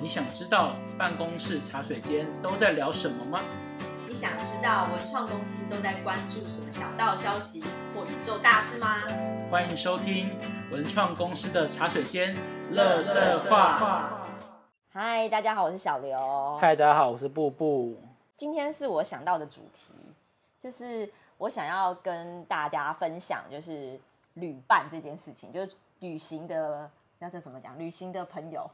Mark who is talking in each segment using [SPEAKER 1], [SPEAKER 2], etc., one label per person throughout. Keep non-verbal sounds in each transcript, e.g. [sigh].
[SPEAKER 1] 你想知道办公室茶水间都在聊什么吗？
[SPEAKER 2] 你想知道文创公司都在关注什么小道消息或宇宙大事吗？
[SPEAKER 1] 欢迎收听文创公司的茶水间乐色话。
[SPEAKER 2] 嗨，大家好，我是小刘。
[SPEAKER 1] 嗨，大家好，我是布布。
[SPEAKER 2] 今天是我想到的主题，就是我想要跟大家分享，就是旅伴这件事情，就是旅行的，那这怎么讲？旅行的朋友 [laughs]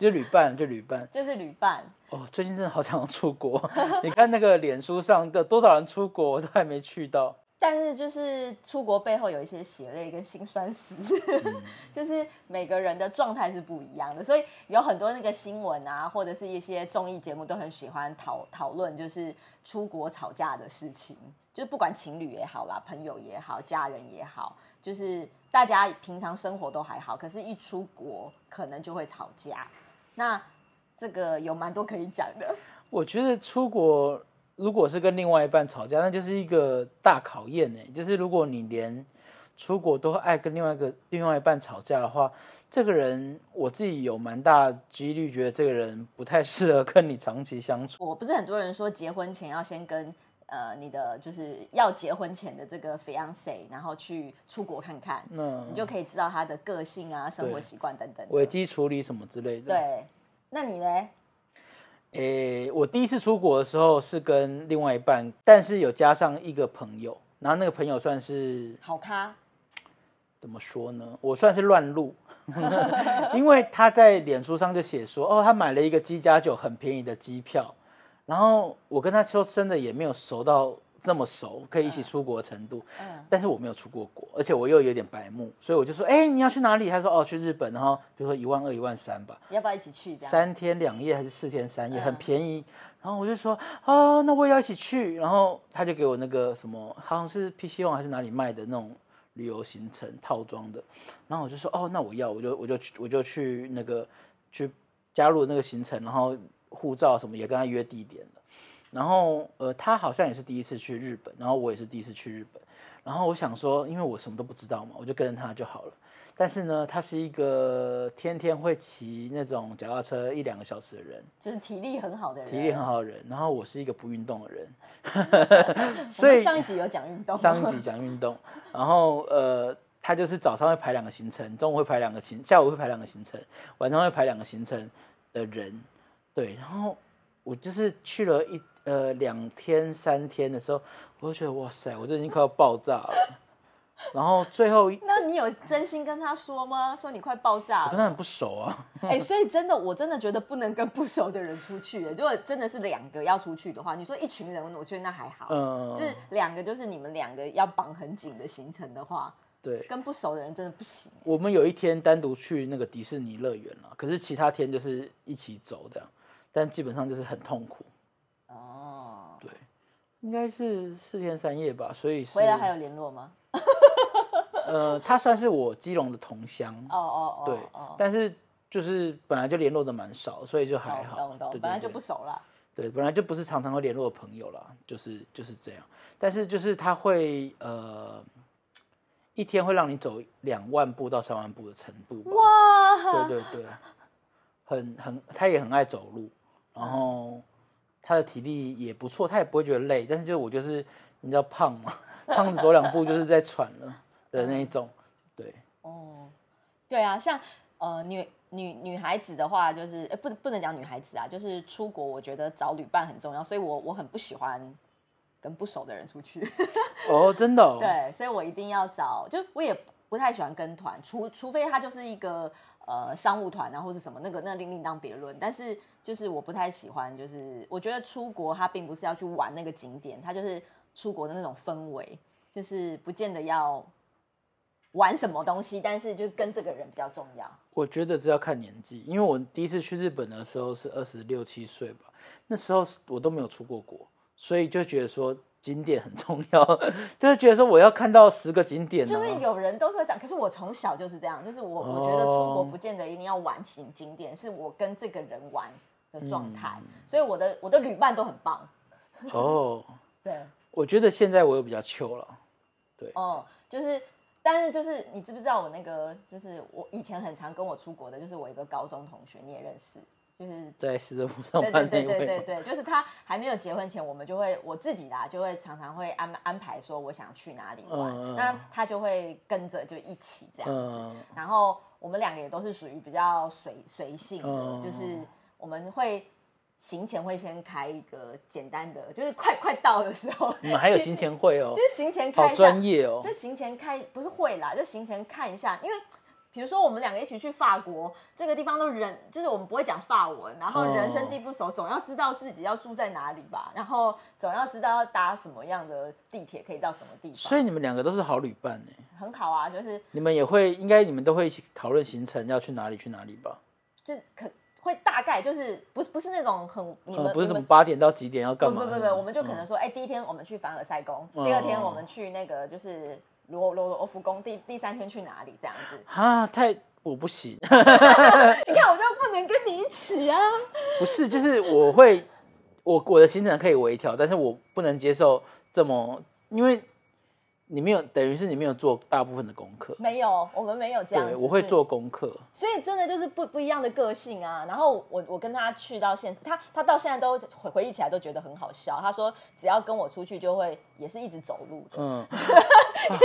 [SPEAKER 1] 就旅伴，就旅伴。
[SPEAKER 2] 就是旅伴，
[SPEAKER 1] 哦，最近真的好想要出 [laughs] 国。你看那个脸书上的多少人出国，我都还没去到。
[SPEAKER 2] 但是就是出国背后有一些血泪跟辛酸史， [laughs] 就是每个人的状态是不一样的，所以有很多那个新闻啊，或者是一些综艺节目都很喜欢讨讨论，就是出国吵架的事情，就是不管情侣也好啦，朋友也好，家人也好，就是大家平常生活都还好，可是一出国可能就会吵架。那这个有蛮多可以讲的，
[SPEAKER 3] 我觉得出国如果是跟另外一半吵架，那就是一个大考验呢。欸就是如果你连出国都爱跟另外一个另外一半吵架的话，这个人我自己有蛮大几率觉得这个人不太适合跟你长期相处。
[SPEAKER 2] 我不是很多人说结婚前要先跟呃你的就是要结婚前的这个 fiance，然后去出国看看，
[SPEAKER 3] 那
[SPEAKER 2] 你就可以知道他的个性啊、生活习惯等等的。
[SPEAKER 3] 危机处理什么之类的。
[SPEAKER 2] 对，那你呢？
[SPEAKER 3] 诶、我第一次出国的时候是跟另外一半，但是有加上一个朋友，然后那个朋友算是
[SPEAKER 2] 好咖，
[SPEAKER 3] 怎么说呢？我算是乱入， [laughs] 因为他在脸书上就写说，哦，他买了一个机加酒很便宜的机票，然后我跟他说真的也没有熟到这么熟，可以一起出国的程度，
[SPEAKER 2] 嗯，
[SPEAKER 3] 但是我没有出过国，而且我又有点白目，所以我就说，哎，你要去哪里？他说，哦，去日本，然后就说一万二、一万三吧，
[SPEAKER 2] 要不要一起去？这样
[SPEAKER 3] 三天两夜还是四天三夜，
[SPEAKER 2] 嗯
[SPEAKER 3] 很便宜。然后我就说啊，那我也要一起去。然后他就给我那个什么，好像是 PC One 还是哪里卖的那种旅游行程套装的。然后我就说哦，那我要，我就我就去我就去那个去加入那个行程，然后护照什么也跟他约地点了。然后呃，他好像也是第一次去日本，然后我也是第一次去日本。然后我想说，因为我什么都不知道嘛，我就跟着他就好了。但是呢，他是一个天天会骑那种脚踏车一两个小时的人，
[SPEAKER 2] 就是体力很好的人，
[SPEAKER 3] 体力很。好的人。然后我是一个不运动的人，
[SPEAKER 2] 我
[SPEAKER 3] 所
[SPEAKER 2] 们
[SPEAKER 3] 以
[SPEAKER 2] 上一集有讲运动，
[SPEAKER 3] 上一集讲运动，然后呃，他就是早上会排两个行程，中午会排两个行，下午会排两个行程，晚上会排两个行程的人，对。然后我就是去了一呃两天三天的时候，我就觉得哇塞，我就已经快要爆炸了。然后最后一
[SPEAKER 2] [laughs] 那你有真心跟他说吗？说你快爆炸
[SPEAKER 3] 我跟 [laughs]
[SPEAKER 2] 了，
[SPEAKER 3] 他很不熟啊。
[SPEAKER 2] 哎、所以真的，我真的觉得不能跟不熟的人出去。欸如果真的是两个要出去的话，你说一群人，我觉得那还好。
[SPEAKER 3] 嗯，
[SPEAKER 2] 就是两个，就是你们两个要绑很紧的行程的话，
[SPEAKER 3] 对，
[SPEAKER 2] 跟不熟的人真的不行。
[SPEAKER 3] 我们有一天单独去那个迪士尼乐园啊了，可是其他天就是一起走这样，但基本上就是很痛苦。
[SPEAKER 2] 哦，
[SPEAKER 3] 对，应该是四天三夜吧，所以是
[SPEAKER 2] 回来还有联络吗？
[SPEAKER 3] 呃，他算是我基隆的同乡，
[SPEAKER 2] 哦哦哦，
[SPEAKER 3] 对，
[SPEAKER 2] 哦，
[SPEAKER 3] 但是就是本来就联络的蛮少，所以就还好，
[SPEAKER 2] 懂懂
[SPEAKER 3] 对
[SPEAKER 2] 懂，
[SPEAKER 3] 对
[SPEAKER 2] 本来就
[SPEAKER 3] 对
[SPEAKER 2] 不熟啦。
[SPEAKER 3] 对，本来就不是常常会联络的朋友啦，就是就是这样。但是就是他会呃，一天会让你走两万步到三万步的程度吧。[laughs]
[SPEAKER 2] 哇，[laughs]
[SPEAKER 3] 对对对，很很，他也很爱走路，然后他的体力也不错，他也不会觉得累。但是就我就是你知道胖嘛，胖子走两步就是在喘
[SPEAKER 2] [laughs]
[SPEAKER 3] 了的那一种。对，
[SPEAKER 2] 哦，对啊，像呃女女女孩子的话，就是、呃不不能讲女孩子啊，就是出国，我觉得找旅伴很重要，所以我我很不喜欢跟不熟的人出去。
[SPEAKER 3] 哦，真的、哦，
[SPEAKER 2] 对，所以我一定要找，就我也不太喜欢跟团，除除非他就是一个呃商务团啊，或是什么那个那另另当别论。但是就是我不太喜欢，就是我觉得出国它并不是要去玩那个景点，它就是出国的那种氛围，就是不见得要玩什么东西，但是就跟这个人比较重要。
[SPEAKER 3] 我觉得这要看年纪，因为我第一次去日本的时候是二十六七岁吧，那时候我都没有出过国，所以就觉得说景点很重要， [laughs] 就是觉得说我要看到十个景点、啊，
[SPEAKER 2] 就是有人都是会讲，可是我从小就是这样，就是我我觉得出国不见得一定要玩景景点，是我跟这个人玩的状态，所以我的我的旅伴都很棒。
[SPEAKER 3] 哦。
[SPEAKER 2] 对，
[SPEAKER 3] 我觉得现在我又比较糗了。
[SPEAKER 2] 哦、就是但是就是你知不知道我那个，就是我以前很常跟我出国的，就是我一个高中同学，你也认识，
[SPEAKER 3] [laughs]
[SPEAKER 2] 就是
[SPEAKER 3] 在市政府上
[SPEAKER 2] 对
[SPEAKER 3] 班
[SPEAKER 2] 对
[SPEAKER 3] 那
[SPEAKER 2] 对
[SPEAKER 3] 一
[SPEAKER 2] 对
[SPEAKER 3] 位
[SPEAKER 2] [laughs] 对
[SPEAKER 3] 吗，
[SPEAKER 2] 对，就是他还没有结婚前，我们就会我自己啦，就会常常会安安排说我想去哪里玩，
[SPEAKER 3] 嗯嗯
[SPEAKER 2] 那他就会跟着就一起这样子。
[SPEAKER 3] 嗯
[SPEAKER 2] 然后我们两个也都是属于比较随随性的，
[SPEAKER 3] 嗯
[SPEAKER 2] 就是我们会行前会先开一个简单的，就是快快到的时候，
[SPEAKER 3] 你们还有行前会哦
[SPEAKER 2] 就，是行前开
[SPEAKER 3] 好
[SPEAKER 2] 一下
[SPEAKER 3] 专业哦
[SPEAKER 2] 就。行前开不是会啦，就行前看一下，因为比如说我们两个一起去法国这个地方都人，就是我们不会讲法文，然后
[SPEAKER 3] 哦
[SPEAKER 2] 人生地不熟，总要知道自己要住在哪里吧，然后总要知道要搭什么样的地铁可以到什么地方，
[SPEAKER 3] 所以你们两个都是好旅伴哎，
[SPEAKER 2] 很好啊，就是
[SPEAKER 3] 你们也会应该你们都会一起讨论行程要去哪里去哪里吧？
[SPEAKER 2] 就是可会大概就是不是不是那种很你们、
[SPEAKER 3] 嗯，不是什嗯么
[SPEAKER 2] 你们
[SPEAKER 3] 八点到几点要干
[SPEAKER 2] 不
[SPEAKER 3] 嘛
[SPEAKER 2] 不
[SPEAKER 3] 的那种？
[SPEAKER 2] 不不，我们就可能说，哎、第一天我们去凡尔赛宫，
[SPEAKER 3] 哦
[SPEAKER 2] 第二天我们去那个就是罗罗罗浮宫，第第三天去哪里这样
[SPEAKER 3] [laughs]
[SPEAKER 2] 子。
[SPEAKER 3] 啊，太我不行， [laughs]
[SPEAKER 2] 你看，我就不能跟你一起啊。
[SPEAKER 3] 不是，就是我会，我我的行程可以微调，但是我不能接受这么，因为你没有，等于是你没有做大部分的功课。
[SPEAKER 2] 没有，我们没有这样子。
[SPEAKER 3] 对，我会
[SPEAKER 2] 是
[SPEAKER 3] 做功课。
[SPEAKER 2] 所以真的就是不不一样的个性啊。然后我我跟他去到现，他他到现在都回回忆起来都觉得很好笑。他说只要跟我出去就会也是一直走路的， [laughs]
[SPEAKER 3] 嗯，啊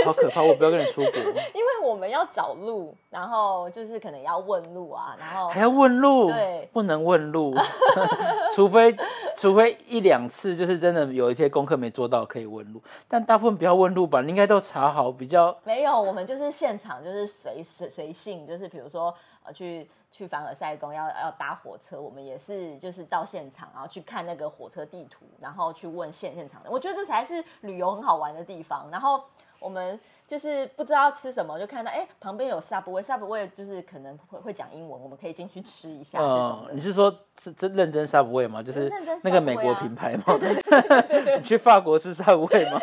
[SPEAKER 3] 好可怕！我不要跟你出国，
[SPEAKER 2] 因为我们要找路，然后就是可能要问路啊，然后
[SPEAKER 3] 还要问路，
[SPEAKER 2] 对
[SPEAKER 3] 不能问路， [laughs] 除非除非一两次，就是真的有一些功课没做到可以问路，但大部分不要问路吧，你应该都查好，比较
[SPEAKER 2] 没有，我们就是现场就是随随随性，就是比如说呃去去凡尔赛宫要要搭火车，我们也是就是到现场，然后去看那个火车地图，然后去问现现场的。我觉得这才是旅游很好玩的地方。然后我们就是不知道吃什么，就看到哎旁边有 Subway，Subway 就是可能会会讲英文，我们可以进去吃一下啊这种
[SPEAKER 3] 呃
[SPEAKER 2] 的，。
[SPEAKER 3] 你是说是真认真 Subway 吗？就是
[SPEAKER 2] 认真
[SPEAKER 3] 那个
[SPEAKER 2] Subway
[SPEAKER 3] 美国
[SPEAKER 2] 啊
[SPEAKER 3] 品牌吗？ [laughs] 你去法国吃 Subway
[SPEAKER 2] [laughs]
[SPEAKER 3] 吗？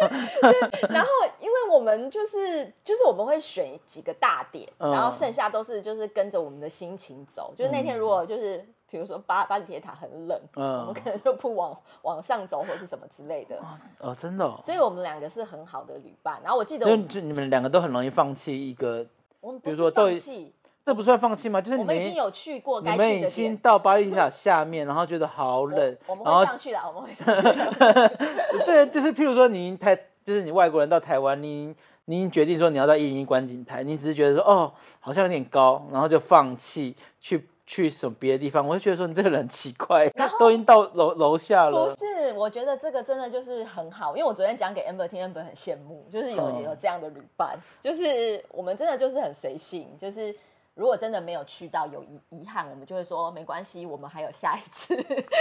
[SPEAKER 2] 然后，因为我们就是就是我们会选几个大点，
[SPEAKER 3] 嗯
[SPEAKER 2] 然后剩下都是就是跟着我们的心情走。就是那天如果就是比如说巴巴黎铁塔很冷，
[SPEAKER 3] 嗯
[SPEAKER 2] 我们可能就不往往上走或是什么之类的。
[SPEAKER 3] 哦，真的、哦，
[SPEAKER 2] 所以我们两个是很好的旅伴。然后我记得
[SPEAKER 3] 所
[SPEAKER 2] 我
[SPEAKER 3] 以
[SPEAKER 2] 们
[SPEAKER 3] 就你们两个都很容易放弃一个，
[SPEAKER 2] 我们
[SPEAKER 3] 比
[SPEAKER 2] 不
[SPEAKER 3] 如
[SPEAKER 2] 是
[SPEAKER 3] 说都
[SPEAKER 2] 放弃，
[SPEAKER 3] 这不算放弃吗？就是
[SPEAKER 2] 我
[SPEAKER 3] 你
[SPEAKER 2] 们
[SPEAKER 3] 们
[SPEAKER 2] 已经有去过
[SPEAKER 3] 你
[SPEAKER 2] 该
[SPEAKER 3] 们
[SPEAKER 2] 去
[SPEAKER 3] 已
[SPEAKER 2] 的
[SPEAKER 3] 经
[SPEAKER 2] 点。
[SPEAKER 3] 到巴黎铁塔下面，然后觉得好冷，
[SPEAKER 2] 我们
[SPEAKER 3] 然
[SPEAKER 2] 会
[SPEAKER 3] 后
[SPEAKER 2] 上去了，我们会上去啦。
[SPEAKER 3] [laughs] 对，就是譬如说你台，就是你外国人到台湾，你你已经决定说你要到一零一观景台，你只是觉得说哦好像有点高，然后就放弃去去什么别的地方，我就觉得说你这个人很奇怪
[SPEAKER 2] 然后，
[SPEAKER 3] 都已经到楼楼下
[SPEAKER 2] 不
[SPEAKER 3] 了，
[SPEAKER 2] 是，我觉得这个真的就是很好，因为我昨天讲给 Amber 听，Amber 很羡慕，就是有、
[SPEAKER 3] 嗯
[SPEAKER 2] 有这样的旅伴，就是我们真的就是很随性，就是如果真的没有去到有遗遗憾，我们就会说没关系，我们还有下一次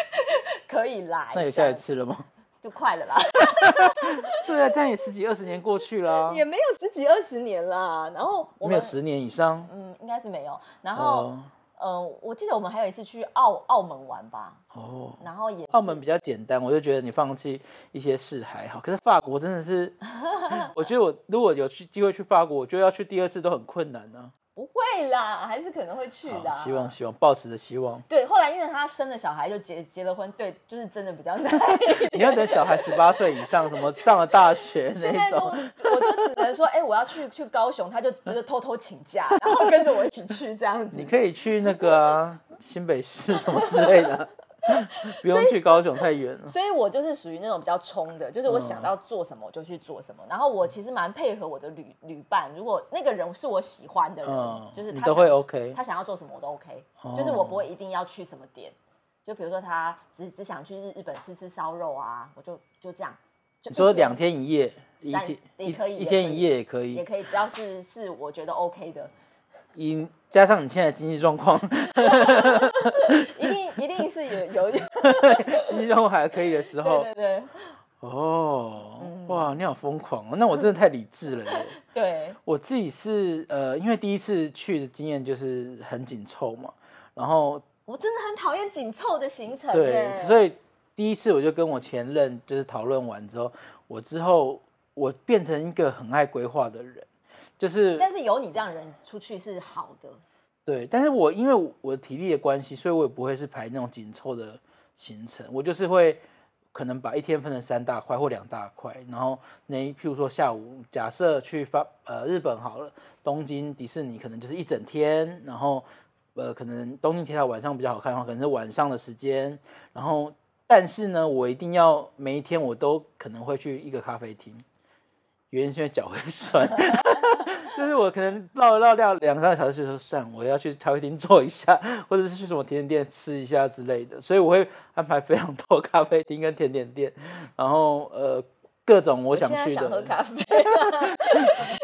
[SPEAKER 2] [laughs] 可以来，
[SPEAKER 3] 那有
[SPEAKER 2] 这
[SPEAKER 3] 下
[SPEAKER 2] 样
[SPEAKER 3] 一次了吗？ [laughs]
[SPEAKER 2] 就快了啦，
[SPEAKER 3] 对啊，这样也十几二十年过去了啊，
[SPEAKER 2] [laughs] 也没有十几二十年啦，然后我
[SPEAKER 3] 没有
[SPEAKER 2] 们
[SPEAKER 3] 十年以上。
[SPEAKER 2] 嗯应该是没有，然后
[SPEAKER 3] 哦
[SPEAKER 2] 嗯、呃我记得我们还有一次去澳澳门玩吧，
[SPEAKER 3] 哦，
[SPEAKER 2] 然后也是
[SPEAKER 3] 澳门比较简单，我就觉得你放弃一些事还好。可是法国真的是， [laughs] 我觉得我如果有去机会去法国，我就要去第二次都很困难啊呢、
[SPEAKER 2] 不会啦，还是可能会去
[SPEAKER 3] 啊。
[SPEAKER 2] 的啊、
[SPEAKER 3] 好希望希望，抱持着希
[SPEAKER 2] [laughs]
[SPEAKER 3] 望，
[SPEAKER 2] 对，后来因为他生了小孩，就结结了婚，对，就是真的比较
[SPEAKER 3] [laughs]
[SPEAKER 2] 难。
[SPEAKER 3] 你要等小孩十八岁以上，什么上了大学
[SPEAKER 2] [laughs] 现在
[SPEAKER 3] 那
[SPEAKER 2] 就
[SPEAKER 3] 种。
[SPEAKER 2] 我就只能说，哎、我要去去高雄，他就就是偷偷请假，然后跟着我一起去这样子
[SPEAKER 3] 你。可以去那个啊，新北市什么之类
[SPEAKER 2] [laughs]
[SPEAKER 3] 的，不用去高雄太远了。
[SPEAKER 2] [laughs]
[SPEAKER 3] 嗯
[SPEAKER 2] 所以我就是属于那种比较冲的，就是我想到做什么我就去做什么。然后我其实蛮配合我的旅旅伴，如果那个人是我喜欢的人，
[SPEAKER 3] 嗯，
[SPEAKER 2] 就是
[SPEAKER 3] 你
[SPEAKER 2] 他
[SPEAKER 3] 都
[SPEAKER 2] 想
[SPEAKER 3] 会 OK 哦
[SPEAKER 2] 他。想要做什么我都 OK，、就是我不会一定要去什么点。就比如说他只只想去日日本吃吃烧肉啊，我就就这样。就哎
[SPEAKER 3] 你说
[SPEAKER 2] 一天
[SPEAKER 3] 两天一夜，一
[SPEAKER 2] 三
[SPEAKER 3] 天
[SPEAKER 2] 也可以
[SPEAKER 3] 一
[SPEAKER 2] 也
[SPEAKER 3] 一
[SPEAKER 2] 可
[SPEAKER 3] 天
[SPEAKER 2] 以
[SPEAKER 3] 一夜也可以
[SPEAKER 2] 也，可以，只要是是我觉得 OK 的，
[SPEAKER 3] 因加上你现在的经济状
[SPEAKER 2] [laughs]
[SPEAKER 3] 况，
[SPEAKER 2] 一定一定是有
[SPEAKER 3] [laughs]
[SPEAKER 2] 有一点，
[SPEAKER 3] 经济状况还可以的时候
[SPEAKER 2] 对，对嗯对
[SPEAKER 3] 哦，哇，你好疯狂哦！那我真的太理智了耶。
[SPEAKER 2] 对，
[SPEAKER 3] 我自己是呃，因为第一次去的经验就是很紧凑嘛，然后
[SPEAKER 2] 我真的很讨厌紧凑的行 [laughs] 程
[SPEAKER 3] 对
[SPEAKER 2] 耶，，
[SPEAKER 3] 所以第一次我就跟我前任就是讨论完之后，我之后我变成一个很爱规划的人，就是
[SPEAKER 2] 但是有你这样的人出去是好的，
[SPEAKER 3] 对，但是我因为我体力的关系，所以我也不会是排那种紧凑的行程，我就是会可能把一天分成三大块或两大块，然后那一譬如说下午假设去发呃日本好了，东京迪士尼可能就是一整天，然后呃可能东京铁塔晚上比较好看的话，可能是晚上的时间，然后但是呢，我一定要每一天我都可能会去一个咖啡厅，原因是因为脚会酸。 [laughs] 就是我可能绕绕掉两三个小时，就说算了，我要去咖啡厅坐一下，或者是去什么甜点店吃一下之类的，所以我会安排非常多咖啡厅跟甜点店，然后呃各种我
[SPEAKER 2] 我
[SPEAKER 3] 想
[SPEAKER 2] 现在
[SPEAKER 3] 去
[SPEAKER 2] 想喝
[SPEAKER 3] 的
[SPEAKER 2] 咖啡，
[SPEAKER 3] [laughs]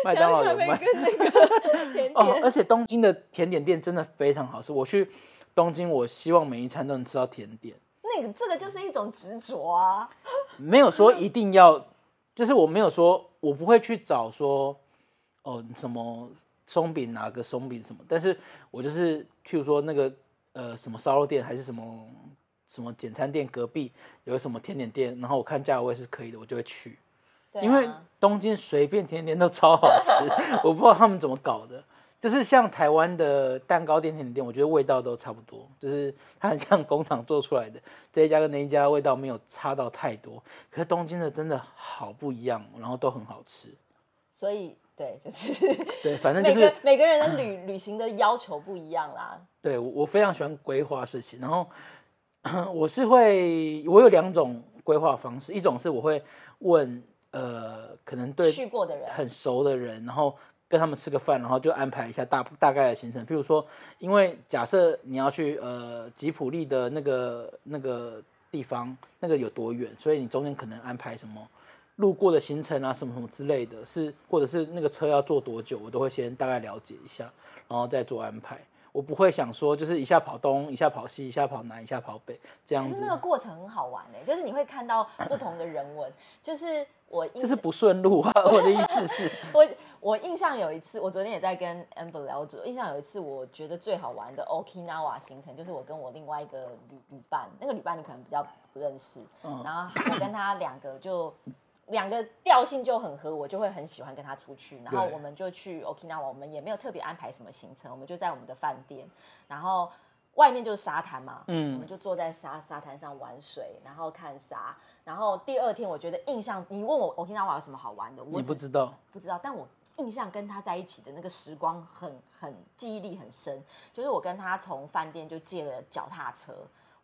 [SPEAKER 3] 麦当
[SPEAKER 2] 想
[SPEAKER 3] 劳
[SPEAKER 2] 喝咖 [laughs]
[SPEAKER 3] 有
[SPEAKER 2] 啡
[SPEAKER 3] 卖
[SPEAKER 2] 跟那
[SPEAKER 3] [laughs]
[SPEAKER 2] 个甜
[SPEAKER 3] 哦，
[SPEAKER 2] 点。
[SPEAKER 3] 而且东京的甜点店真的非常好吃。我去东京，我希望每一餐都能吃到甜点，
[SPEAKER 2] 那个这个就是一种执着啊，
[SPEAKER 3] 没有
[SPEAKER 2] 嗯
[SPEAKER 3] 说一定要，就是我没有说我不会去找说哦什么松饼哪个松饼什么，但是我就是譬如说那个呃什么烧肉店还是什么什么简餐店隔壁有什么甜点店，然后我看价位是可以的，我就会去，
[SPEAKER 2] 对啊
[SPEAKER 3] 因为东京随便甜点店都超好
[SPEAKER 2] [laughs]
[SPEAKER 3] 吃，我不知道他们怎么搞的。就是像台湾的蛋糕店、甜点店，我觉得味道都差不多，就是它很像工厂做出来的，这一家跟那一家味道没有差到太多。可是东京的真的好不一样，然后都很好吃。
[SPEAKER 2] 所以对，就是
[SPEAKER 3] 对，反正就
[SPEAKER 2] 每
[SPEAKER 3] 是
[SPEAKER 2] 个每个人的旅 [coughs] 旅行的要求不一样啦。
[SPEAKER 3] 对我我非常喜欢规划事情，然后 [coughs] 我是会我有两种规划方式，一种是我会问呃可能对
[SPEAKER 2] 去过的人，
[SPEAKER 3] 很熟的人，然后跟他们吃个饭，然后就安排一下大大概的行程。譬如说，因为假设你要去呃吉普力的那个那个地方，那个有多远，所以你中间可能安排什么路过的行程啊，什么什么之类的，是或者是那个车要坐多久，我都会先大概了解一下，然后再做安排。我不会想说就是一下跑东，一下跑西，一下跑南，一下跑北这样
[SPEAKER 2] 可
[SPEAKER 3] 子
[SPEAKER 2] 是，那个过程很好玩哎、就是你会看到不同的人文。就是我印
[SPEAKER 3] 就是不顺路啊。 [laughs] 我的意思是，
[SPEAKER 2] 我我印象有一次，我昨天也在跟 Amber 聊，我昨印象有一次我觉得最好玩的 Okinawa 行程，就是我跟我另外一个旅旅伴，那个旅伴你可能比较不认识，
[SPEAKER 3] 嗯
[SPEAKER 2] 然后我跟他两个就。两个调性就很合，我就会很喜欢跟他出去。然后
[SPEAKER 3] 对
[SPEAKER 2] 我们就去 Okinawa，我们也没有特别安排什么行程，我们就在我们的饭店，然后外面就是沙滩嘛，嗯，我们就坐在沙沙滩上玩水，然后看沙。然后第二天，我觉得印象，你问我 Okinawa 有什么好玩的，我
[SPEAKER 3] 你
[SPEAKER 2] 只
[SPEAKER 3] 不知道，
[SPEAKER 2] 不知道，但我印象跟他在一起的那个时光很很记忆力很深，就是我跟他从饭店就借了脚踏车，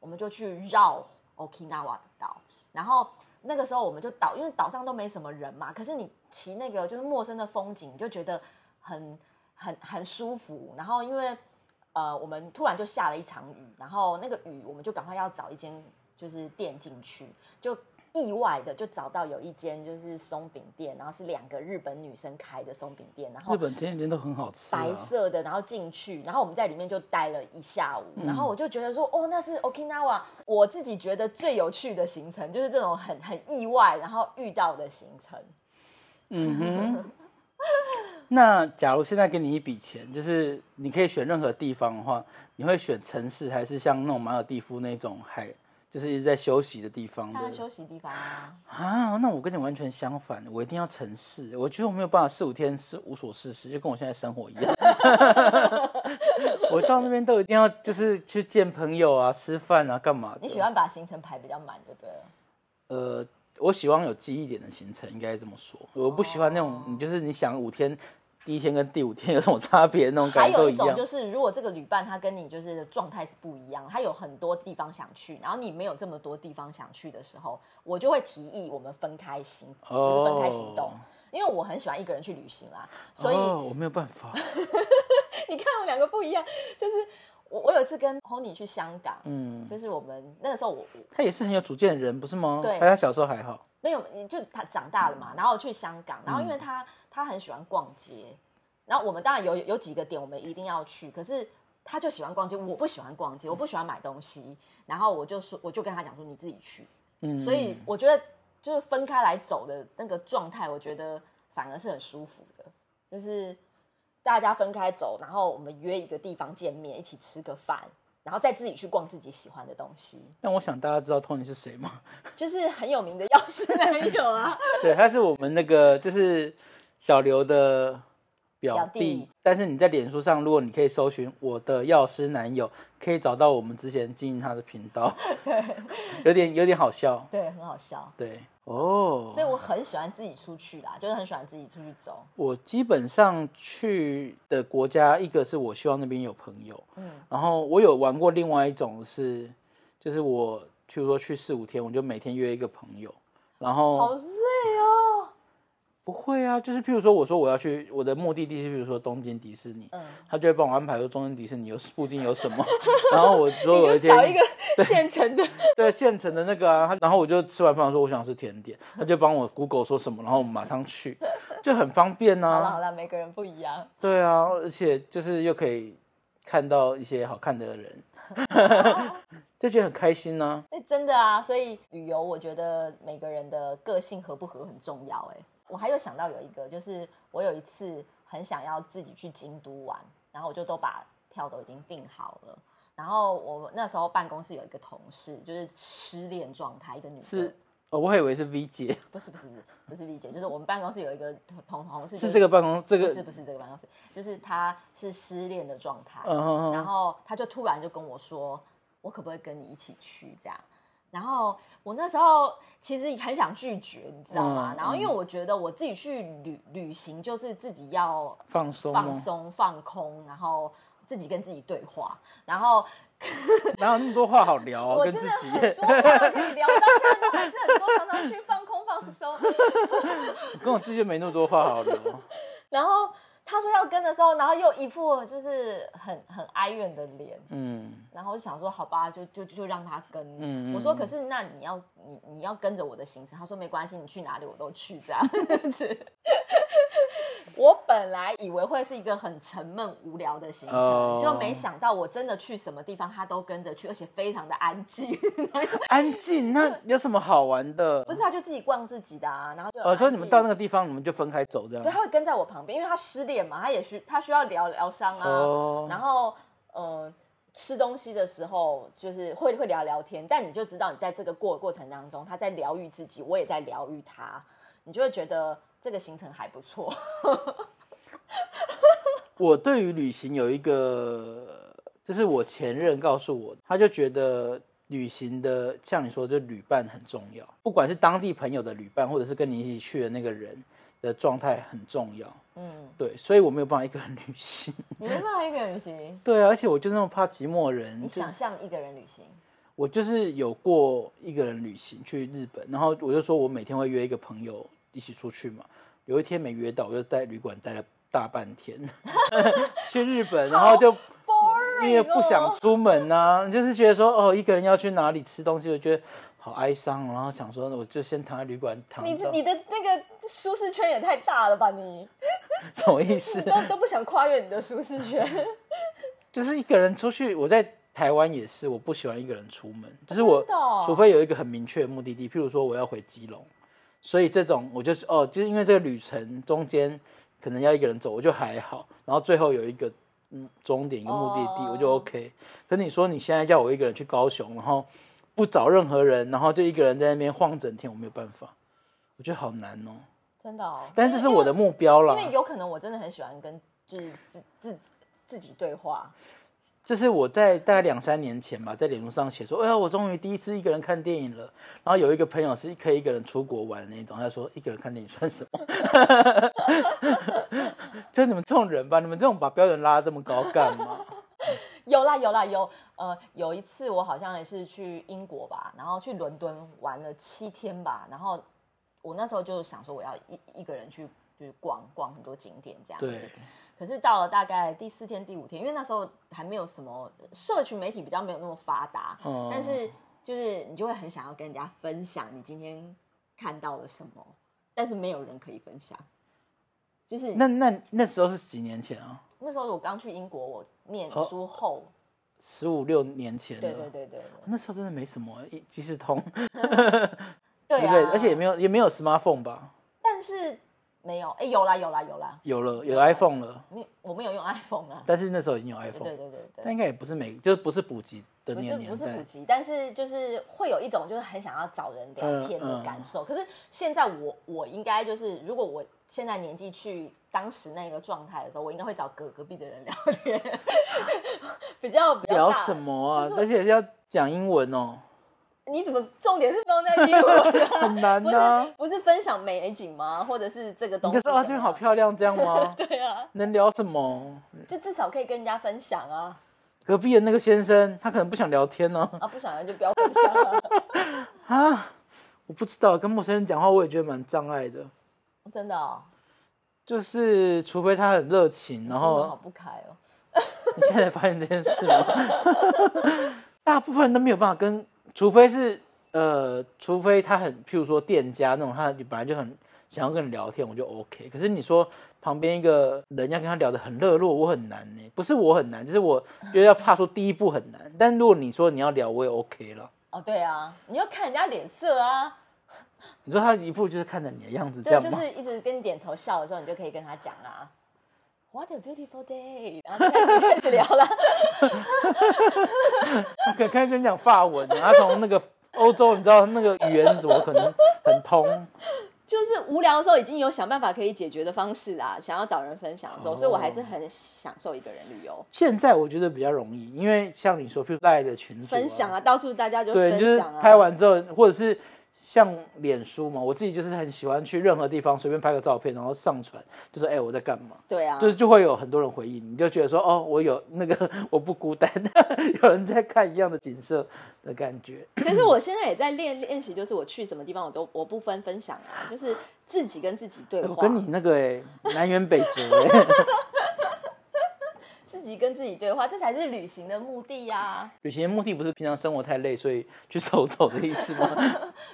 [SPEAKER 2] 我们就去绕 Okinawa 的岛，然后那个时候我们就岛，因为岛上都没什么人嘛，可是你骑那个就是陌生的风景，你就觉得很很很舒服，然后因为。呃，我们突然就下了一场雨，然后那个雨我们就赶快要找一间就是店进去，就意外的就找到有一间就是松饼店，然后是两个日本女生开的松饼店，然后
[SPEAKER 3] 日本甜点店都很好吃、啊，
[SPEAKER 2] 白色的，然后进去，然后我们在里面就待了一下午，
[SPEAKER 3] 嗯
[SPEAKER 2] 然后我就觉得说，哦，那是 Okinawa 我自己觉得最有趣的行程，就是这种很很意外，然后遇到的行程。
[SPEAKER 3] 那假如现在给你一笔钱，就是你可以选任何地方的话，你会选城市还是像那种马尔蒂夫那种海，就是一直在休息的地方的
[SPEAKER 2] 当然休息地方啊，
[SPEAKER 3] 啊？那我跟你完全相反，我一定要城市。我觉得我没有办法四五天是无所事事，就跟我现在生活一样。 [laughs] 我到那边都一定要就是去见朋友啊、吃饭啊、干嘛的。
[SPEAKER 2] 你喜欢把行程排比较满就对了。
[SPEAKER 3] 呃，我喜欢有记忆点的行程，应该这么说。我不喜欢那
[SPEAKER 2] 哦
[SPEAKER 3] 种你就是你想五天，第一天跟第五天有什么差别那种
[SPEAKER 2] 还
[SPEAKER 3] 感觉
[SPEAKER 2] 有
[SPEAKER 3] 都
[SPEAKER 2] 一
[SPEAKER 3] 一样
[SPEAKER 2] 种。就是，如果这个旅伴他跟你就是状态是不一样，他有很多地方想去，然后你没有这么多地方想去的时候，我就会提议我们分开行，就是分开行动
[SPEAKER 3] 哦。
[SPEAKER 2] 因为我很喜欢一个人去旅行啦，所以
[SPEAKER 3] 哦、我没有办法。
[SPEAKER 2] [laughs] 你看我们两个不一样，就是我我有一次跟 Honey 去香港，嗯，就是我们那个时候我我
[SPEAKER 3] 他也是很有主见的人，不是吗？哎
[SPEAKER 2] 对
[SPEAKER 3] 但他小时候还好。
[SPEAKER 2] 没有，就他长大了
[SPEAKER 3] 嗯
[SPEAKER 2] 嘛，然后去香港，然后因为他、他很喜欢逛街，然后我们当然有有几个点我们一定要去，可是他就喜欢逛街，我不喜欢逛街，我不喜欢买东西，然后我就说我就跟他讲说你自己去，
[SPEAKER 3] 嗯，
[SPEAKER 2] 所以我觉得就是分开来走的那个状态，我觉得反而是很舒服的，就是大家分开走，然后我们约一个地方见面，一起吃个饭，然后再自己去逛自己喜欢的东西，
[SPEAKER 3] 但我想大家知道 Tony 是谁吗？ [laughs]
[SPEAKER 2] 就是很有名的药师男友啊。
[SPEAKER 3] 对，他是我们那个就是小刘的表
[SPEAKER 2] 弟
[SPEAKER 3] 弟。但是你在脸书上，如果你可以搜寻“我的药师男友”，可以找到我们之前经营他的频道。对，有点有点好笑。
[SPEAKER 2] 对，很好笑。
[SPEAKER 3] 对，哦，
[SPEAKER 2] 所以我很喜欢自己出去啦，就是很喜欢自己出去走。
[SPEAKER 3] 我基本上去的国家，一个是我希望那边有朋友，嗯，然后我有玩过另外一种是，就是我，譬如说去四五天，我就每天约一个朋友，然
[SPEAKER 2] 好
[SPEAKER 3] 后
[SPEAKER 2] 累哦。
[SPEAKER 3] 不会啊，就是譬如说我说我要去我的目的地是，譬如说东京迪士尼，
[SPEAKER 2] 嗯
[SPEAKER 3] 他就会帮我安排说东京迪士尼有附近有什
[SPEAKER 2] [laughs]
[SPEAKER 3] 么，然后我说
[SPEAKER 2] 你
[SPEAKER 3] 有
[SPEAKER 2] 就
[SPEAKER 3] 天 [laughs] 啊
[SPEAKER 2] 找一个现成的，
[SPEAKER 3] 对现成的那个啊，他然后我就吃完饭说我想吃甜点，他就帮我 Google 说什么，然后我们马上去，就很方便啊。
[SPEAKER 2] 好了好了，每个人不一样。
[SPEAKER 3] 对啊，而且就是又可以看到一些好看的人， [laughs] 就觉得很开心呢、
[SPEAKER 2] 哎、真的啊，所以旅游我觉得每个人的个性合不合很重要、哎，我还有想到有一个，就是我有一次很想要自己去京都玩，然后我就都把票都已经订好了。然后我们那时候办公室有一个同事，就是失恋状态，一个女的，
[SPEAKER 3] 是，哦，我还以为是 V 姐，
[SPEAKER 2] 不是不是不是不是 V 姐，就是我们办公室有一个同同同事、就是
[SPEAKER 3] 这个办公这个
[SPEAKER 2] 不，是不是这个办公室，就是他是失恋的状态，
[SPEAKER 3] 嗯哼
[SPEAKER 2] 然
[SPEAKER 3] 哼，
[SPEAKER 2] 后他就突然就跟我说，我可不可以跟你一起去这样？然后我那时候其实很想拒绝，你知道吗？
[SPEAKER 3] 嗯
[SPEAKER 2] 然后因为我觉得我自己去旅旅行就是自己要
[SPEAKER 3] 放松
[SPEAKER 2] 放
[SPEAKER 3] 哦，
[SPEAKER 2] 松、放空，然后自己跟自己对话，然后
[SPEAKER 3] 哪有那么多话好聊哦，
[SPEAKER 2] 我
[SPEAKER 3] 跟
[SPEAKER 2] 真
[SPEAKER 3] 自
[SPEAKER 2] 的
[SPEAKER 3] 己
[SPEAKER 2] 很多话可以聊，到现在都还是很多常常去放空放松。
[SPEAKER 3] 跟我自己 [laughs] 就没那么多话好聊，啊
[SPEAKER 2] 然后他说要跟的时候，然后又一副就是很很哀怨的脸，
[SPEAKER 3] 嗯，
[SPEAKER 2] 然后我就想说，好吧，就就就让他跟。
[SPEAKER 3] 嗯嗯
[SPEAKER 2] 我说，可是那你要你你要跟着我的行程。他说没关系，你去哪里我都去这样
[SPEAKER 3] [laughs]
[SPEAKER 2] 子。我本来以为会是一个很沉闷无聊的行程
[SPEAKER 3] 哦
[SPEAKER 2] 就没想到我真的去什么地方他都跟着去，而且非常的安静。 [laughs]
[SPEAKER 3] 安静，那有什么好玩的？
[SPEAKER 2] 不是，他就自己逛自己的啊，然后就很
[SPEAKER 3] 我说哦
[SPEAKER 2] 安
[SPEAKER 3] 你们
[SPEAKER 2] 静
[SPEAKER 3] 到那个地方，你们就分开走这
[SPEAKER 2] 对，
[SPEAKER 3] 样，
[SPEAKER 2] 他会跟在我旁边，因为他失恋嘛，他也需他需要疗疗伤啊。
[SPEAKER 3] 哦
[SPEAKER 2] 然后，呃，吃东西的时候就是会会聊聊天，但你就知道你在这个过过程当中，他在疗愈自己，我也在疗愈他，你就会觉得这个行程还不错。
[SPEAKER 3] 我对于旅行有一个，就是我前任告诉我，他就觉得旅行的像你说，就旅伴很重要，不管是当地朋友的旅伴，或者是跟你一起去的那个人的状态很重要。
[SPEAKER 2] 嗯，
[SPEAKER 3] 对，所以我没有办法一个人旅行。
[SPEAKER 2] [laughs]
[SPEAKER 3] [laughs]
[SPEAKER 2] 你没办法一个人旅行，
[SPEAKER 3] 对啊，而且我就那么怕寂寞的人
[SPEAKER 2] 你，
[SPEAKER 3] 就
[SPEAKER 2] 想象一个人旅行，
[SPEAKER 3] 我就是有过一个人旅行去日本，然后我就说我每天会约一个朋友一起出去嘛，有一天没约到，我就在旅馆待了大半天， [laughs] 去日本，然后就。
[SPEAKER 2] boring，哦
[SPEAKER 3] 因为不
[SPEAKER 2] 哎
[SPEAKER 3] 想出门呐、就是觉得说哦，一个人要去哪里吃东西，我觉得好哀伤哦，然后想说我就先躺在旅馆躺
[SPEAKER 2] 你
[SPEAKER 3] 着，
[SPEAKER 2] 你的那个舒适圈也太大了吧你？
[SPEAKER 3] 什么意思？
[SPEAKER 2] 都都不想跨越你的舒适 [laughs] 圈。
[SPEAKER 3] 就是一个人出去，我在台湾也是，我不喜欢一个人出门，就是我、
[SPEAKER 2] 真的哦
[SPEAKER 3] 除非有一个很明确的目的地，譬如说我要回基隆，所以这种我就是哦，就是因为这个旅程中间可能要一个人走，我就还好，然后最后有一个嗯终点一个目的地，
[SPEAKER 2] 哦
[SPEAKER 3] 我就 OK。可你说你现在叫我一个人去高雄，然后不找任何人，然后就一个人在那边晃整天，我没有办法，我觉得好难哦。
[SPEAKER 2] 真的哦，
[SPEAKER 3] 但是这是我的目标啊啦，
[SPEAKER 2] 因为有可能我真的很喜欢跟就是自自自己对话，
[SPEAKER 3] 就是我在大概两三年前吧，在脸书上写说，哎呀，我终于第一次一个人看电影了。然后有一个朋友是可以一个人出国玩的那种，他说一个人看电影算什么？ [laughs] 就你们这种人吧，你们这种把标准拉得这么高干嘛？
[SPEAKER 2] 有啦有啦有，呃，有一次我好像也是去英国吧，然后去伦敦玩了七天吧，然后我那时候就想说我要一一个人去就是逛逛很多景点这样子，
[SPEAKER 3] 对，
[SPEAKER 2] 可是到了大概第四天、第五天，因为那时候还没有什么社群媒体比较没有那么发达，
[SPEAKER 3] 哦
[SPEAKER 2] 但是就是你就会很想要跟人家分享你今天看到了什么，但是没有人可以分享。就是那
[SPEAKER 3] 那那那时候是几年前啊？
[SPEAKER 2] 那时候我刚去英国，我念
[SPEAKER 3] 哦
[SPEAKER 2] 书后，
[SPEAKER 3] 十五六年前了。
[SPEAKER 2] 对对对对
[SPEAKER 3] 那时候真的没什么一即时通，
[SPEAKER 2] 对
[SPEAKER 3] 对
[SPEAKER 2] 对
[SPEAKER 3] 不对
[SPEAKER 2] 啊，
[SPEAKER 3] 而且也没有也没有 smartphone 吧？
[SPEAKER 2] 但是没有，哎，有啦有啦有啦，
[SPEAKER 3] 有了有 iPhone 了，
[SPEAKER 2] 没有我们有用 iPhone 啊，
[SPEAKER 3] 但是那时候已经有
[SPEAKER 2] 对
[SPEAKER 3] iPhone，
[SPEAKER 2] 对对对对
[SPEAKER 3] 但。应该也不是每就是不是普及的
[SPEAKER 2] 不
[SPEAKER 3] 那个
[SPEAKER 2] 是
[SPEAKER 3] 年代，
[SPEAKER 2] 不是普及，但是就是会有一种就是很想要找人聊天的感受。
[SPEAKER 3] 嗯
[SPEAKER 2] 可是现在我我应该就是，如果我现在年纪去当时那个状态的时候，我应该会找隔隔壁的人聊天，比较比较
[SPEAKER 3] 聊
[SPEAKER 2] 大
[SPEAKER 3] 什？么啊？
[SPEAKER 2] 就是
[SPEAKER 3] 而且要讲英文
[SPEAKER 2] [laughs]
[SPEAKER 3] 哦，
[SPEAKER 2] 你怎么重点是放在英
[SPEAKER 3] [laughs]
[SPEAKER 2] 文啊？
[SPEAKER 3] 很难
[SPEAKER 2] 不
[SPEAKER 3] 呐、
[SPEAKER 2] 是不是分享美景吗？或者是这个东
[SPEAKER 3] 你
[SPEAKER 2] 西
[SPEAKER 3] 就
[SPEAKER 2] 怎
[SPEAKER 3] 说
[SPEAKER 2] 么
[SPEAKER 3] 啊
[SPEAKER 2] 样？
[SPEAKER 3] 这边好漂亮这样吗？
[SPEAKER 2] [laughs] 对啊，
[SPEAKER 3] 能聊什么？
[SPEAKER 2] 就至少可以跟人家分享啊！
[SPEAKER 3] 隔壁的那个先生他可能不想聊天呢、
[SPEAKER 2] 啊，不想要就不要分享啊！
[SPEAKER 3] 啊，我不知道跟陌生人讲话我也觉得蛮障碍的，
[SPEAKER 2] [laughs] 真的、哦，
[SPEAKER 3] 就是除非他很热情，然
[SPEAKER 2] 心门好
[SPEAKER 3] 后
[SPEAKER 2] 不开哦。
[SPEAKER 3] 你现在才发现这件事吗？ [laughs] 大部分人都没有办法跟，除非是呃，除非他很，譬如说店家那种，他本来就很想要跟你聊天，我就 OK。可是你说旁边一个人要跟他聊得很热络，我很难呢、不是我很难，就是我觉得要踏出第一步很难。但如果你说你要聊，我也 OK 了。
[SPEAKER 2] 哦，对啊，你要看人家脸色啊。
[SPEAKER 3] 你说他一步就是看着你的样子这
[SPEAKER 2] 对，
[SPEAKER 3] 样
[SPEAKER 2] 就
[SPEAKER 3] 吗？
[SPEAKER 2] 是一直跟你点头笑的时候，你就可以跟他讲啊，What a beautiful day，然后就开始 [laughs] 开始聊了。
[SPEAKER 3] 他 [laughs] 可可以跟你讲法文，啊他从那个欧洲，你知道那个语言怎么可能很通？
[SPEAKER 2] 就是无聊的时候，已经有想办法可以解决的方式啦。想要找人分享的时候，所以我还是很享受一个人旅游，
[SPEAKER 3] 现在我觉得比较容易，因为像你说，譬如赖的群组、
[SPEAKER 2] 分享啊，到处大家就
[SPEAKER 3] 对，
[SPEAKER 2] 分
[SPEAKER 3] 你就是
[SPEAKER 2] 享啊。
[SPEAKER 3] 拍完之后，或者是像脸书嘛，我自己就是很喜欢去任何地方随便拍个照片，然后上传，就说哎、我在干嘛，
[SPEAKER 2] 对啊，
[SPEAKER 3] 就是就会有很多人回应，你就觉得说哦我有那个 [laughs] 我不孤单，有人在看一样的景色的感觉。
[SPEAKER 2] 可是我现在也在练练习，就是我去什么地方，我都我不分分享啊，就是自己跟自己对
[SPEAKER 3] 我
[SPEAKER 2] 话，
[SPEAKER 3] 跟你那个哎、南辕北辙哎、 [laughs]
[SPEAKER 2] 自己跟自己对话，这才是旅行的目的呀、 [laughs]
[SPEAKER 3] 旅行的目的不是平常生活太累，所以去走走的意思
[SPEAKER 2] [laughs]
[SPEAKER 3] 吗？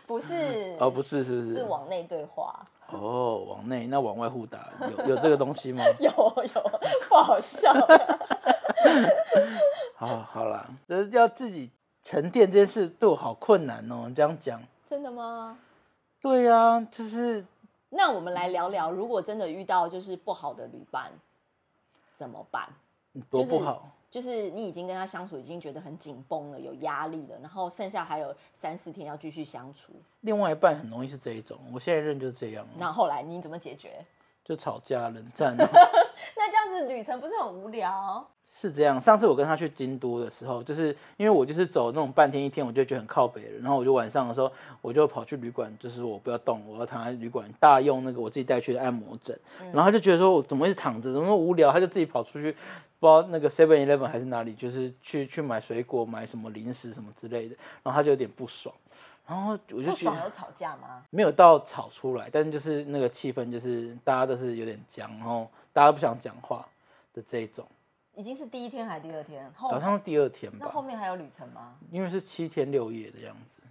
[SPEAKER 2] 不是？
[SPEAKER 3] 哦，不是，是不是？
[SPEAKER 2] 是往内对话。
[SPEAKER 3] 哦，往内，那往外互打，有有这个东西吗？
[SPEAKER 2] [laughs] 有有，不好笑。
[SPEAKER 3] 好，好啦，就是要自己沉淀这件事，对我好困难哦。你这样讲，
[SPEAKER 2] [laughs] 真的吗？
[SPEAKER 3] 对呀、啊，就是
[SPEAKER 2] 那我们来聊聊，如果真的遇到就是不好的旅伴，怎么办？
[SPEAKER 3] 多
[SPEAKER 2] 就是
[SPEAKER 3] 不好。
[SPEAKER 2] 就是你已经跟他相处，已经觉得很紧绷了，有压力了，然后剩下还有三四天要继续相处，
[SPEAKER 3] 另外一半很容易是这一种，我现在认就是这样啊，
[SPEAKER 2] 那后来你怎么解决？
[SPEAKER 3] 就吵架、冷战啊、
[SPEAKER 2] [laughs] 那这样子旅程不是很无聊？
[SPEAKER 3] 是这样。上次我跟他去京都的时候，就是因为我就是走那种半天一天，我就觉得很靠北了。然后我就晚上的时候，我就跑去旅馆，就是我不要动，我要躺在旅馆大用那个我自己带去的按摩枕。
[SPEAKER 2] 嗯
[SPEAKER 3] 然后他就觉得说我怎么一直躺着，怎么那么无聊，他就自己跑出去。不知道那个 Seven Eleven 还是哪里，就是去去买水果、买什么零食什么之类的，然后他就有点不爽，然后我就
[SPEAKER 2] 不
[SPEAKER 3] 觉
[SPEAKER 2] 爽
[SPEAKER 3] 得
[SPEAKER 2] 有吵架吗？
[SPEAKER 3] 没有到吵出来，但是就是那个气氛，就是大家都是有点僵，然后大家都不想讲话的这一种。
[SPEAKER 2] 已经是第一天还是第二天？后
[SPEAKER 3] 早上是第二天吧
[SPEAKER 2] 哦那，后面还有旅程吗？
[SPEAKER 3] 因为是七天六夜的样子，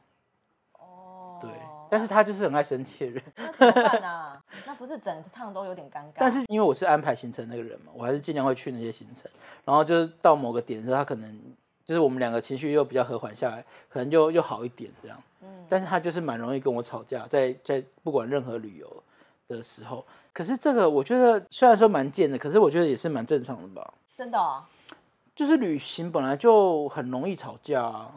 [SPEAKER 2] 哦，
[SPEAKER 3] 对。但是他就是很爱生气的人，
[SPEAKER 2] 那怎么办啊？ [laughs] 那不是整趟都有点尴尬？
[SPEAKER 3] 但是因为我是安排行程那个人嘛，我还是尽量会去那些行程。然后就是到某个点的时候，他可能就是我们两个情绪又比较和缓下来，可能就又好一点这样。嗯，但是他就是蛮容易跟我吵架，在在不管任何旅游的时候。可是这个我觉得虽然说蛮贱的，可是我觉得也是蛮正常的吧。
[SPEAKER 2] 真的哦、
[SPEAKER 3] 就是旅行本来就很容易吵架啊。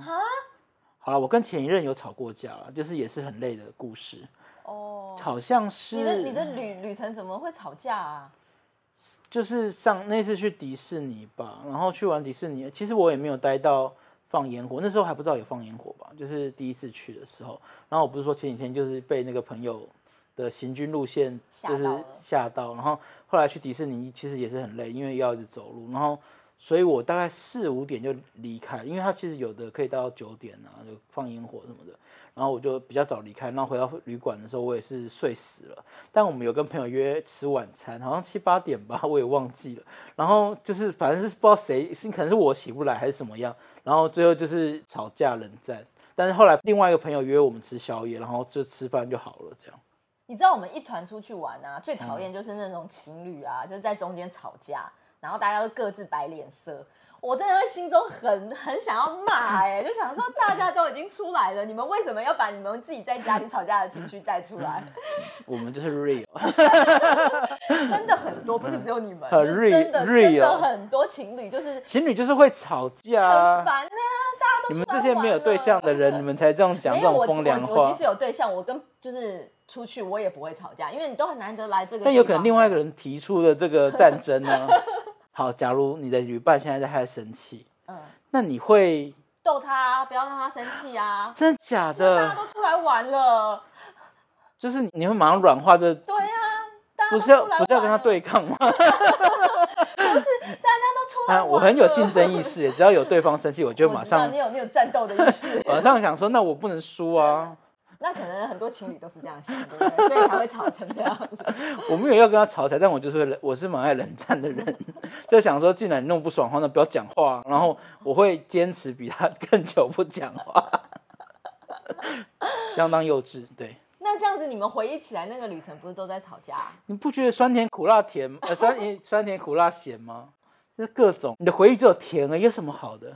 [SPEAKER 3] 好了，我跟前一任有吵过架了，就是也是很累的故事，
[SPEAKER 2] 哦，
[SPEAKER 3] 好像是
[SPEAKER 2] 你的你的旅旅程怎么会吵架啊？
[SPEAKER 3] 就是上那次去迪士尼吧，然后去完迪士尼，其实我也没有待到放烟火，那时候还不知道有放烟火吧，就是第一次去的时候。然后我不是说前几天就是被那个朋友的行军路线就是
[SPEAKER 2] 吓到了
[SPEAKER 3] 吓到，然后后来去迪士尼其实也是很累，因为要一直走路，然后所以我大概四五点就离开，因为它其实有的可以到九点啊，就放烟火什么的。然后我就比较早离开，然后回到旅馆的时候，我也是睡死了。但我们有跟朋友约吃晚餐，好像七八点吧， [laughs] 我也忘记了。然后就是反正是不知道谁，是可能是我起不来还是什么样。然后最后就是吵架冷战。但是后来另外一个朋友约我们吃宵夜，然后就吃饭就好了，这样。
[SPEAKER 2] 你知道我们一团出去玩啊，最
[SPEAKER 3] 嗯
[SPEAKER 2] 讨厌就是那种情侣啊，就是在中间吵架，然后大家都各自摆脸色。我真的会心中很很想要骂哎、就想想说，大家都已经出来了，你们为什么要把你们自己在家里吵架的情绪带出来？ [laughs]
[SPEAKER 3] 我们就是 real，
[SPEAKER 2] 真的很多，不是只有你们，
[SPEAKER 3] 很
[SPEAKER 2] 是
[SPEAKER 3] real-
[SPEAKER 2] 真的
[SPEAKER 3] real
[SPEAKER 2] 真的很多情侣就是
[SPEAKER 3] 情侣就是会吵架
[SPEAKER 2] 很
[SPEAKER 3] 啊。
[SPEAKER 2] 烦啊，大家都
[SPEAKER 3] 你们
[SPEAKER 2] 出来
[SPEAKER 3] 这些没有
[SPEAKER 2] 玩
[SPEAKER 3] 对
[SPEAKER 2] 了
[SPEAKER 3] 象的人，你们才这样讲
[SPEAKER 2] 没
[SPEAKER 3] 这
[SPEAKER 2] 有
[SPEAKER 3] 种
[SPEAKER 2] 我
[SPEAKER 3] 风凉
[SPEAKER 2] 我我
[SPEAKER 3] 话
[SPEAKER 2] 即。使有对象，我跟就是出去我也不会吵架，因为你都很难得来这个地方。
[SPEAKER 3] 但有可能另外一个人提出的这个战争
[SPEAKER 2] [laughs]
[SPEAKER 3] 呢？好，假如你的旅伴现在在他生气，
[SPEAKER 2] 嗯
[SPEAKER 3] 那你会
[SPEAKER 2] 逗他啊，不要让他生气啊。
[SPEAKER 3] 真的假
[SPEAKER 2] 大家
[SPEAKER 3] 的？
[SPEAKER 2] 都出来玩了，
[SPEAKER 3] 就是你会马上软化这，
[SPEAKER 2] 对啊，大家
[SPEAKER 3] 不
[SPEAKER 2] 都
[SPEAKER 3] 是要
[SPEAKER 2] 出来
[SPEAKER 3] 不是要跟他
[SPEAKER 2] 玩了，啊
[SPEAKER 3] 对抗吗？
[SPEAKER 2] 大家都出来玩
[SPEAKER 3] 啊，
[SPEAKER 2] 了。
[SPEAKER 3] 我很有竞争
[SPEAKER 2] [laughs]
[SPEAKER 3] 意识耶，只要有对方生气，我就
[SPEAKER 2] 我
[SPEAKER 3] 马
[SPEAKER 2] 知道
[SPEAKER 3] 上，
[SPEAKER 2] 你有你有战斗的意识
[SPEAKER 3] [laughs] 马上想说，那我不能输啊！
[SPEAKER 2] 那可能很多情侣都是这样想，对不对？所以才会吵成这样子。
[SPEAKER 3] 我没有要跟他吵起来，但我就是会冷我是蛮爱冷战的人，就想说，既然你弄不爽的话，那不要讲话。啊然后我会坚持比他更久不讲话，相当幼稚。对，
[SPEAKER 2] 那这样子，你们回忆起来那个旅程，不是都在吵架、
[SPEAKER 3] 你不觉得酸甜苦辣甜，呃，酸 [laughs] 甜酸甜苦辣咸吗？就是各种，你的回忆只有甜而已，有什么好的？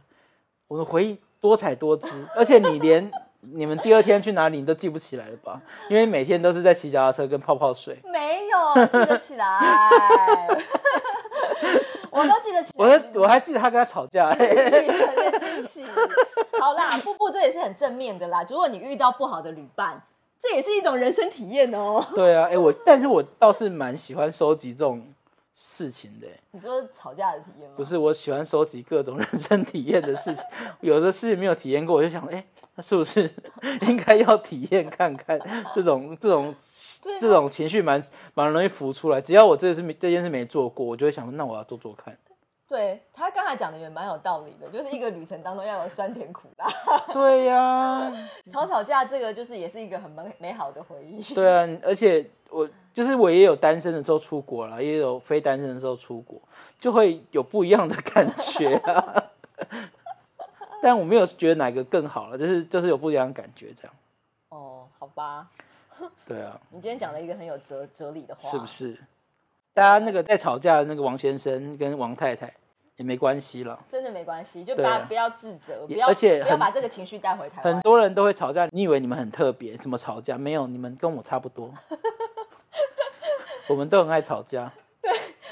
[SPEAKER 3] 我的回忆多彩多姿，而且你连你们第二天去哪里你都记不起来了吧？因为每天都是在骑脚踏车跟泡泡水。
[SPEAKER 2] 没有，记得起来， [laughs] 我都记得起来。
[SPEAKER 3] 我还我还记得他跟他吵架、 [laughs] 欸，
[SPEAKER 2] 旅程的惊喜。好啦，步步这也是很正面的啦。如果你遇到不好的旅伴，这也是一种人生体验哦。
[SPEAKER 3] 对啊，哎、我但是我倒是蛮喜欢收集这种事情的、欸
[SPEAKER 2] 你说吵架的体验吗？
[SPEAKER 3] 不是我喜欢收集各种 [laughs] 人生体验的事情，有的事情没有体验过，我就想，哎、那是不是 [laughs] 应该要体验看看这种这种
[SPEAKER 2] 对啊
[SPEAKER 3] 这种情绪蛮蛮容易浮出来。只要我这是没这件事没做过，我就会想说，那我要做做看。
[SPEAKER 2] 对他刚才讲的也蛮有道理的，就是一个旅程当中要有酸甜苦辣， [laughs]
[SPEAKER 3] 对呀、
[SPEAKER 2] 吵吵架这个就是也是一个很美美好的回忆。
[SPEAKER 3] 对啊，而且我就是我也有单身的时候出国啦，也有非单身的时候出国，就会有不一样的感觉啊。但我没有觉得哪个更好了，就是就是有不一样的感觉这样。
[SPEAKER 2] 哦，好吧，
[SPEAKER 3] 对啊，
[SPEAKER 2] 你今天讲了一个很有哲哲理的话，
[SPEAKER 3] 是不？是？大家那个在吵架的那个王先生跟王太太也没关系了，
[SPEAKER 2] 真的没关系，就
[SPEAKER 3] 对
[SPEAKER 2] 大
[SPEAKER 3] 啊
[SPEAKER 2] 家不要自责，不
[SPEAKER 3] 也
[SPEAKER 2] 要
[SPEAKER 3] 而且
[SPEAKER 2] 不要
[SPEAKER 3] 很
[SPEAKER 2] 把这个情绪带回台
[SPEAKER 3] 很
[SPEAKER 2] 湾。
[SPEAKER 3] 多人都会吵架。你以为你们很特别，怎么吵架？没有，你们跟我差不
[SPEAKER 2] [laughs]
[SPEAKER 3] 多。我们都很爱吵架。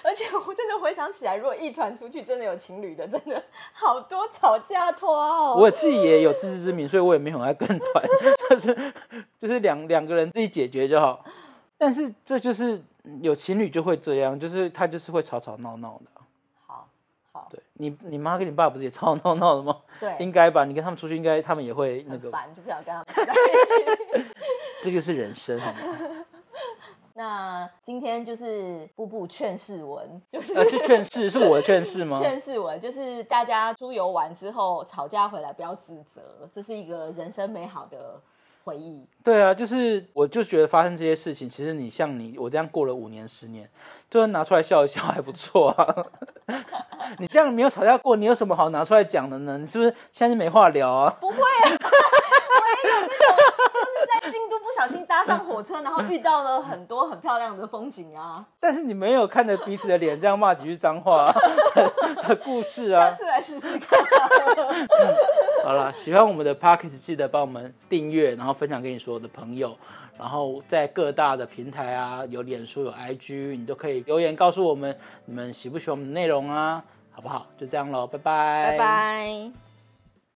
[SPEAKER 2] 而且我真的回想起来，如果一团出去，真的有情侣的，真的好多吵架拖哦。
[SPEAKER 3] 我自己也有自知之明，所以我也没有很爱跟团， [laughs] 就是就是两两个人自己解决就好。但是这就是有情侣就会这样，就是他就是会吵吵闹闹的。
[SPEAKER 2] 好好，
[SPEAKER 3] 对你，你妈跟你爸不是也吵吵闹闹的吗？
[SPEAKER 2] 对
[SPEAKER 3] 应该吧。你跟他们出去，应该他们也会那
[SPEAKER 2] 很
[SPEAKER 3] 个。
[SPEAKER 2] 烦，就不想跟他们在一起。 [laughs]
[SPEAKER 3] 这就是人生，好吗？
[SPEAKER 2] 那今天就是步步劝世文，就是
[SPEAKER 3] [laughs] 呃，是劝世，是我的劝世吗？
[SPEAKER 2] [laughs] 劝世文，就是大家出游完之后吵架回来不要自责，这是一个人生美好的回忆。
[SPEAKER 3] 对啊，就是我就觉得发生这些事情，其实你像你我这样过了五年十年，就是拿出来笑一笑还不错啊。 [laughs] 你这样没有吵架过，你有什么好拿出来讲的呢？你是不是现在就没话聊啊？ [laughs]
[SPEAKER 2] 不会啊， [laughs] 我也有那种，就是在京都不小心搭上火车，然后遇到了很多很漂亮的风景啊。
[SPEAKER 3] 但是你没有看着彼此的脸这样骂几句脏话、啊、 [laughs] 的故事
[SPEAKER 2] 下
[SPEAKER 3] 啊。
[SPEAKER 2] 次来试试看。
[SPEAKER 3] [laughs] 好啦，喜欢我们的 p o c k e t 记得帮我们订阅，然后分享给你所有的朋友。然后在各大的平台啊，有脸书、有 IG，你都可以留言告诉我们你们喜不喜欢我们的内容啊，好不好？就这样喽，拜拜，
[SPEAKER 2] 拜。拜。